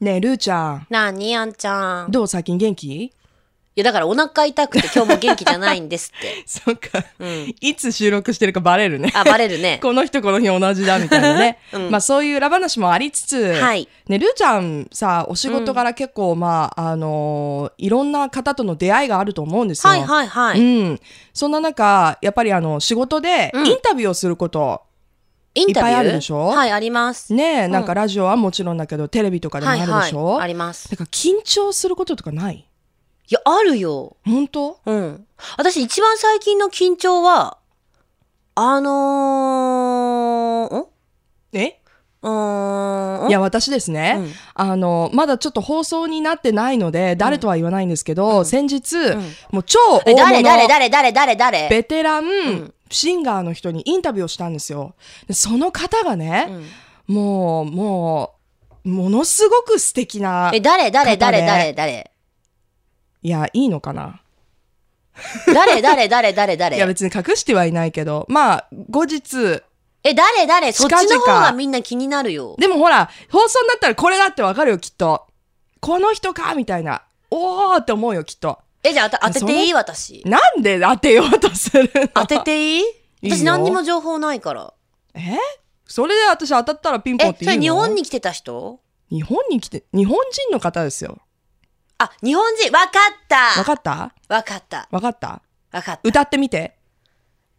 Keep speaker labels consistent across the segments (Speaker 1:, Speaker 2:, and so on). Speaker 1: ねえ、ルーちゃん。
Speaker 2: なあにあんちゃん。い
Speaker 1: どう最近元気
Speaker 2: や、だからお腹痛くて今日も元気じゃないんです って。
Speaker 1: そっか、
Speaker 2: うん
Speaker 1: いつ収録してるかバレるね。
Speaker 2: あ、バレるね。
Speaker 1: この人この日同じだみたいなね、まあ そういう裏話もありつつ、
Speaker 2: はい
Speaker 1: ねルーちゃんさお仕事から結構、まああのーいろんな方との出会いがあると思うんですよ。
Speaker 2: はいはいは
Speaker 1: う
Speaker 2: い。
Speaker 1: ん、そんな中やっぱりあの仕事でインタビューをすること、
Speaker 2: インタビ
Speaker 1: いっぱい
Speaker 2: ュー
Speaker 1: あるでしょ
Speaker 2: はい、あります。
Speaker 1: ねなんかラジオはもちろんだけどテレビとかでもあ
Speaker 2: はい
Speaker 1: るで
Speaker 2: はい
Speaker 1: しょ、。
Speaker 2: あります。
Speaker 1: だから緊張することとかない
Speaker 2: いや、あるよ。
Speaker 1: 本当
Speaker 2: うん。私一番最近の緊張は、あのー、ん
Speaker 1: え
Speaker 2: うーん。
Speaker 1: いや私ですね、
Speaker 2: うん
Speaker 1: あのまだちょっと放送になってないので誰とは言わないんですけど、先日、もう超
Speaker 2: え
Speaker 1: 大
Speaker 2: 誰誰
Speaker 1: 物
Speaker 2: 誰誰誰誰
Speaker 1: ベテラン、
Speaker 2: ん
Speaker 1: シンガーの人にインタビューをしたんですよでその方がね、
Speaker 2: うん
Speaker 1: もうもうものすごく素敵な
Speaker 2: え、誰誰誰誰誰
Speaker 1: いやいいのかな
Speaker 2: 誰誰誰誰
Speaker 1: いや
Speaker 2: 誰
Speaker 1: 別に隠してはいないけどまあ後日
Speaker 2: え、誰誰そっちの方
Speaker 1: 近々
Speaker 2: がみんな気になるよ。
Speaker 1: でもほら放送になったらこれだってわかるよきっとこの人かみたいなおーって思うよきっと
Speaker 2: え、じゃああた当ててい い私。
Speaker 1: なんで当てようとするの
Speaker 2: 当てていい
Speaker 1: いいよ
Speaker 2: 私何にも情報ないから。
Speaker 1: えそれで私当たったらピンポン
Speaker 2: え
Speaker 1: っ、て
Speaker 2: そ
Speaker 1: 言う
Speaker 2: れ
Speaker 1: の
Speaker 2: 日本に来てた人
Speaker 1: 日本に来て日本人の方ですよ
Speaker 2: あ、日本人わかった
Speaker 1: わかった
Speaker 2: わかった
Speaker 1: わかった
Speaker 2: わかった。
Speaker 1: 歌ってみて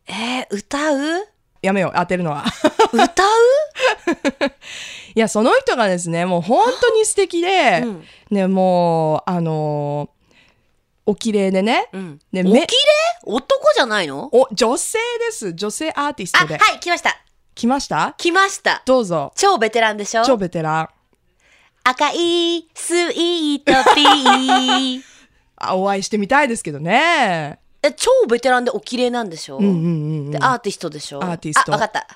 Speaker 2: えー、歌 う
Speaker 1: やめよう当てるのは
Speaker 2: 歌う
Speaker 1: いやその人がですねもう本当に素敵で、
Speaker 2: うん
Speaker 1: ねもうあのーお綺麗でね
Speaker 2: うん。
Speaker 1: ね
Speaker 2: おきれ男じゃないの
Speaker 1: お女性です女性アーティス
Speaker 2: あ、
Speaker 1: トで、
Speaker 2: はい、来ました。
Speaker 1: 来ました
Speaker 2: 来ました。
Speaker 1: どうぞ
Speaker 2: 超ベテランでしょ
Speaker 1: 超ベテラン
Speaker 2: 赤いスイートピ ー。
Speaker 1: あお会いしてみたいですけどね
Speaker 2: え、超ベテランでおきれいなんでしょ
Speaker 1: うんうんうん
Speaker 2: で、アーティストでしょ
Speaker 1: アーティスト
Speaker 2: あ、わかった。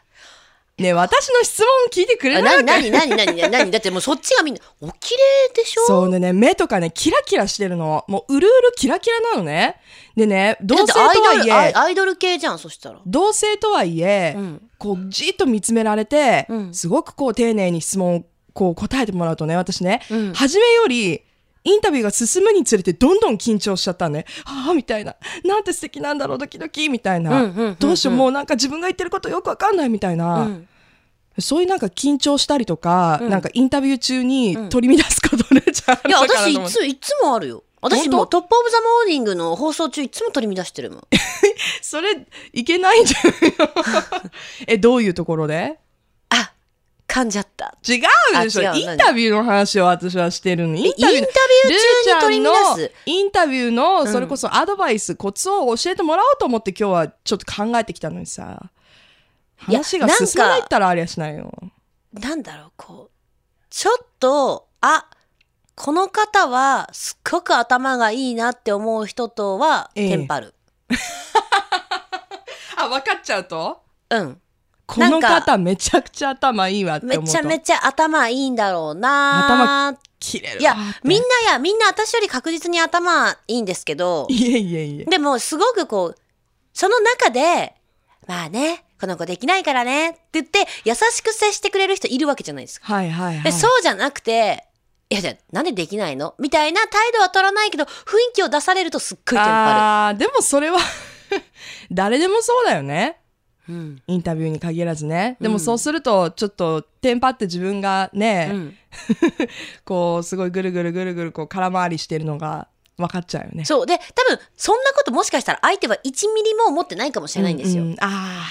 Speaker 1: ね私の質問聞いてくれ
Speaker 2: あ
Speaker 1: ない
Speaker 2: な
Speaker 1: わ
Speaker 2: にな
Speaker 1: け
Speaker 2: になになになにだってもうそっちがみんな、おきれいでしょ
Speaker 1: そうねね目とかねキラキラしてるのもううるうるキラキラなのねでね同性と
Speaker 2: だってアイド
Speaker 1: はい
Speaker 2: ルア
Speaker 1: え
Speaker 2: イアイドル系じゃんそしたら
Speaker 1: 同性とはいえ、
Speaker 2: うん
Speaker 1: こうじっと見つめられて、
Speaker 2: うん
Speaker 1: すごくこう丁寧に質問をこう答えてもらうとね私ね、
Speaker 2: うん
Speaker 1: 初めよりインタビューが進むにつれてどんどん緊張しちゃったね。ああ、みたいな。なんて素敵なんだろう、ドキドキ、みたいな。
Speaker 2: うんうんうんうん
Speaker 1: どうしよう、もうなんか自分が言ってることよくわかんないみたいな。
Speaker 2: うん
Speaker 1: そういうなんか緊張したりとか、なんかインタビュー中に取り乱すことね、 じゃあ
Speaker 2: いや
Speaker 1: あるかな
Speaker 2: 私
Speaker 1: と
Speaker 2: い
Speaker 1: 思って
Speaker 2: ついつもあるよ私も
Speaker 1: 本
Speaker 2: うトップオブザモーニングの放送中いつも取り乱してる もん
Speaker 1: それ、いけないんじゃないの え、どういうところで
Speaker 2: あ噛んじゃった
Speaker 1: 違うでしょ
Speaker 2: あ違う
Speaker 1: インタビューの話を私はしてるの。イン
Speaker 2: インタビュー
Speaker 1: の
Speaker 2: 中に取り乱
Speaker 1: ルーちゃんの
Speaker 2: す
Speaker 1: インタビューの、それこそアドバイス、コツを教えてもらおうと思って今日はちょっと考えてきたのにさ。
Speaker 2: いや
Speaker 1: 話が
Speaker 2: なん
Speaker 1: 進
Speaker 2: か
Speaker 1: まないったらありゃしないよ。
Speaker 2: なんだろうこうちょっとあこの方はすっごく頭がいいなって思う人とは
Speaker 1: ええ
Speaker 2: テンパる、
Speaker 1: あ、分かっちゃうと
Speaker 2: うん
Speaker 1: この
Speaker 2: なんか
Speaker 1: 方めちゃくちゃ頭いいわって思
Speaker 2: め
Speaker 1: うと。
Speaker 2: ちゃめちゃ頭いいんだろうなーっ
Speaker 1: 切れるわ。
Speaker 2: いやみん
Speaker 1: な。
Speaker 2: なやみんな私より確実に頭いいんですけど
Speaker 1: いえいえいえ。
Speaker 2: でもすごくこうその中でまあねこの子できないからねって言って優しく接してくれる人いるわけじゃないですか。
Speaker 1: はいはいは
Speaker 2: で
Speaker 1: い。
Speaker 2: そうじゃなくていやじゃあなんでできないのみたいな態度は取らないけど雰囲気を出されるとすっごいテンパ
Speaker 1: あーでもそれは 誰でもそうだよね
Speaker 2: る。うん
Speaker 1: インタビューに限らずねで
Speaker 2: う
Speaker 1: も
Speaker 2: ん
Speaker 1: そうするとちょっとテンパって自分がね、
Speaker 2: うん、
Speaker 1: こうすごいぐるぐるぐるぐるこう空回りしてるのが分かっちゃうよね。
Speaker 2: そうで多分そんなこともしかしたら相手は1ミリも思ってないかもしれないんですよ。
Speaker 1: ううあ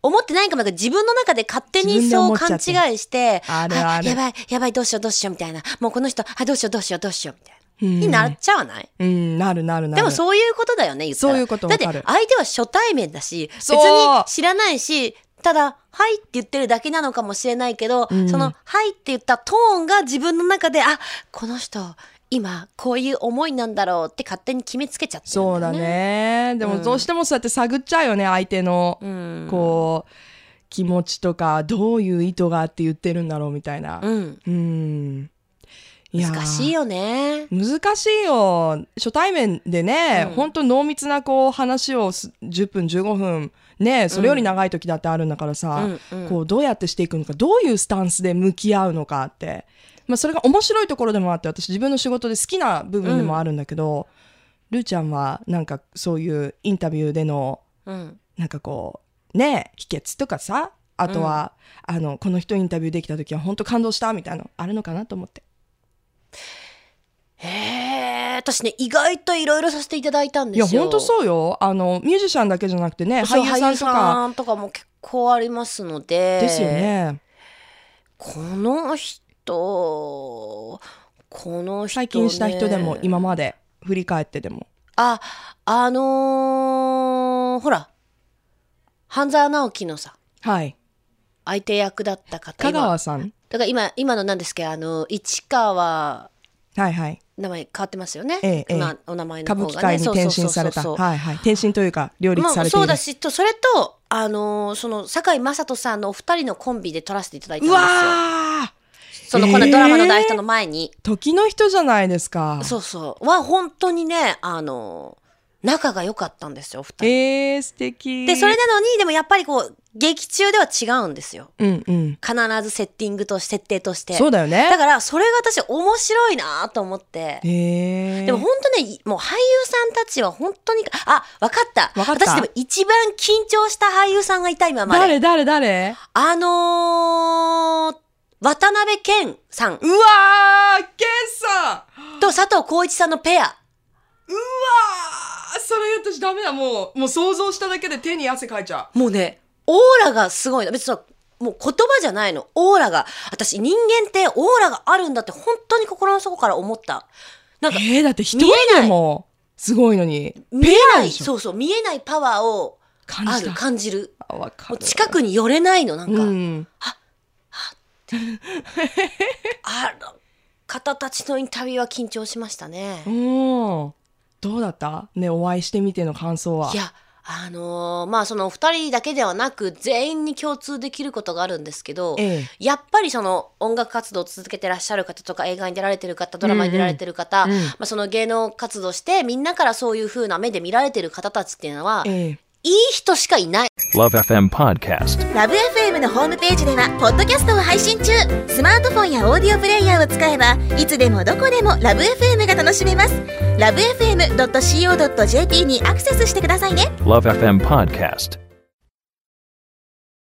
Speaker 2: 思ってないかもだけど自分の中で勝手に
Speaker 1: 自分で
Speaker 2: そう
Speaker 1: 思っちゃ
Speaker 2: 勘
Speaker 1: って
Speaker 2: 違いして
Speaker 1: あるある
Speaker 2: やばいやばいどうしようどうしようみたいなもうこの人あどうしようどうしようどうしようみたい
Speaker 1: ーうん
Speaker 2: なになっちゃわない、
Speaker 1: うんなるなるなる。
Speaker 2: でもそういうことだよね言ったら
Speaker 1: そういうこと
Speaker 2: だって
Speaker 1: わか
Speaker 2: 相
Speaker 1: る
Speaker 2: 手は初対面だし別
Speaker 1: そう
Speaker 2: に知らないしただ「はい」って言ってるだけなのかもしれないけど、
Speaker 1: うん
Speaker 2: その「はい」って言ったトーンが自分の中であこの人今こういう思いなんだろうって勝手に決めつけちゃってるん
Speaker 1: そう
Speaker 2: だ
Speaker 1: だ
Speaker 2: よね。
Speaker 1: ね。でもどうしてもそうやって探っちゃうよね相手の、
Speaker 2: うん
Speaker 1: こう気持ちとかどういう意図があって言ってるんだろうみたいな。
Speaker 2: うん、
Speaker 1: うん、いやー
Speaker 2: 難しいよね。
Speaker 1: 難しいよ初対面でね、
Speaker 2: うん
Speaker 1: ほんと濃密なこう話をす10分15分ねそれより長い時だってあるんだからさ、
Speaker 2: うんうん
Speaker 1: こうどうやってしていくのかどういうスタンスで向き合うのかってまあ、それが面白いところでもあって私自分の仕事で好きな部分でもあるんだけど、ルーちゃんはなんかそういうインタビューでの
Speaker 2: うん。
Speaker 1: なんかこうね秘訣とかさあとは、あのこの人インタビューできた時は本当感動したみたいなのあるのかなと思って
Speaker 2: へえ、私ね、意外といろいろさせていただいたん
Speaker 1: い
Speaker 2: です
Speaker 1: や
Speaker 2: よ。
Speaker 1: 本当
Speaker 2: う。
Speaker 1: そうよあのミュージシャンだけじゃなくてね
Speaker 2: 俳
Speaker 1: 俳
Speaker 2: 優
Speaker 1: 優
Speaker 2: さ
Speaker 1: さ
Speaker 2: ん
Speaker 1: ん
Speaker 2: と
Speaker 1: と
Speaker 2: か
Speaker 1: か
Speaker 2: も結構ありますので。
Speaker 1: ですよ。ね
Speaker 2: この人、この人、ね、
Speaker 1: 最近した人でも今まで振り返ってでも
Speaker 2: あ、あのーほら、半沢直樹のさ、
Speaker 1: はい
Speaker 2: 相手役だった方。
Speaker 1: 香
Speaker 2: 今
Speaker 1: 川さん
Speaker 2: だから今、今の何ですか、あの、市川、
Speaker 1: はいはい
Speaker 2: 名前変わってますよね。
Speaker 1: ええ
Speaker 2: なお名前の
Speaker 1: 歌舞
Speaker 2: 方が、ね。
Speaker 1: 伎界に転身された
Speaker 2: そうそうそうそう
Speaker 1: はいはい転身というか両立
Speaker 2: ま
Speaker 1: さ
Speaker 2: あ、
Speaker 1: れてい
Speaker 2: そう
Speaker 1: る
Speaker 2: だしとそれとあのーその堺雅人さんのお二人のコンビで撮らせていただいたん
Speaker 1: う
Speaker 2: です
Speaker 1: わ
Speaker 2: よ
Speaker 1: ー
Speaker 2: そのこのドラマの大ヒットの前に、
Speaker 1: 時の人じゃないですか
Speaker 2: そうそうは本当にねあのー仲が良かったんですよお二人、
Speaker 1: えー、素敵
Speaker 2: でそれなのにでもやっぱりこう劇中では違うんですよ
Speaker 1: うんうん
Speaker 2: 必ずセッティングと設定として
Speaker 1: そうだよね
Speaker 2: だからそれが私面白いなと思って
Speaker 1: えー、
Speaker 2: でも本当ね、もう俳優さんたちは本当に、あ、わかった。
Speaker 1: わかった
Speaker 2: 私でも一番緊張した俳優さんがいた、今まで。
Speaker 1: 誰誰誰
Speaker 2: あのー、渡辺謙さ
Speaker 1: う
Speaker 2: ん
Speaker 1: わーケンさん
Speaker 2: と佐藤浩一さんのペア。
Speaker 1: うわーそれ私ダメだもうもう想像しただけで手に汗かいちゃ
Speaker 2: もうね、オーラがすごいの。別にそのもう言葉じゃないの。オーラが。私、人間ってオーラがあるんだって本当に心の底から思った。なん
Speaker 1: う
Speaker 2: か、
Speaker 1: えー、だって一人でもすごいのに
Speaker 2: 見え
Speaker 1: ペア
Speaker 2: な
Speaker 1: で
Speaker 2: い、
Speaker 1: しょ
Speaker 2: そうそう、見えないパワーを
Speaker 1: 感
Speaker 2: あ
Speaker 1: じ
Speaker 2: る、
Speaker 1: た
Speaker 2: 感じる。
Speaker 1: あわか
Speaker 2: もう
Speaker 1: る
Speaker 2: 近くに寄れないの、なんか。
Speaker 1: うん
Speaker 2: あの方たちのインタビューは緊張しましたね
Speaker 1: う。んどうだったねお会いしてみての感想はい
Speaker 2: や、あのーまあそのお二人だけではなく全員に共通できることがあるんですけど、
Speaker 1: ええ
Speaker 2: やっぱりその音楽活動を続けてらっしゃる方とか映画に出られてる方ドラマに出られてる方、
Speaker 1: うんうん
Speaker 2: まあ、その芸能活動してみんなからそういう風な目で見られてる方たちっていうのは、
Speaker 1: ええ
Speaker 2: いい人しかいない。
Speaker 3: Love FM Podcast.
Speaker 4: ラブ f m のホームページではポッドキャストを配信中スマートフォンやオーディオプレイヤーを使えばいつでもどこでもラブ f m が楽しめますラブ FM.co.jp にアクセスしてくださいね
Speaker 3: Love FM Podcast.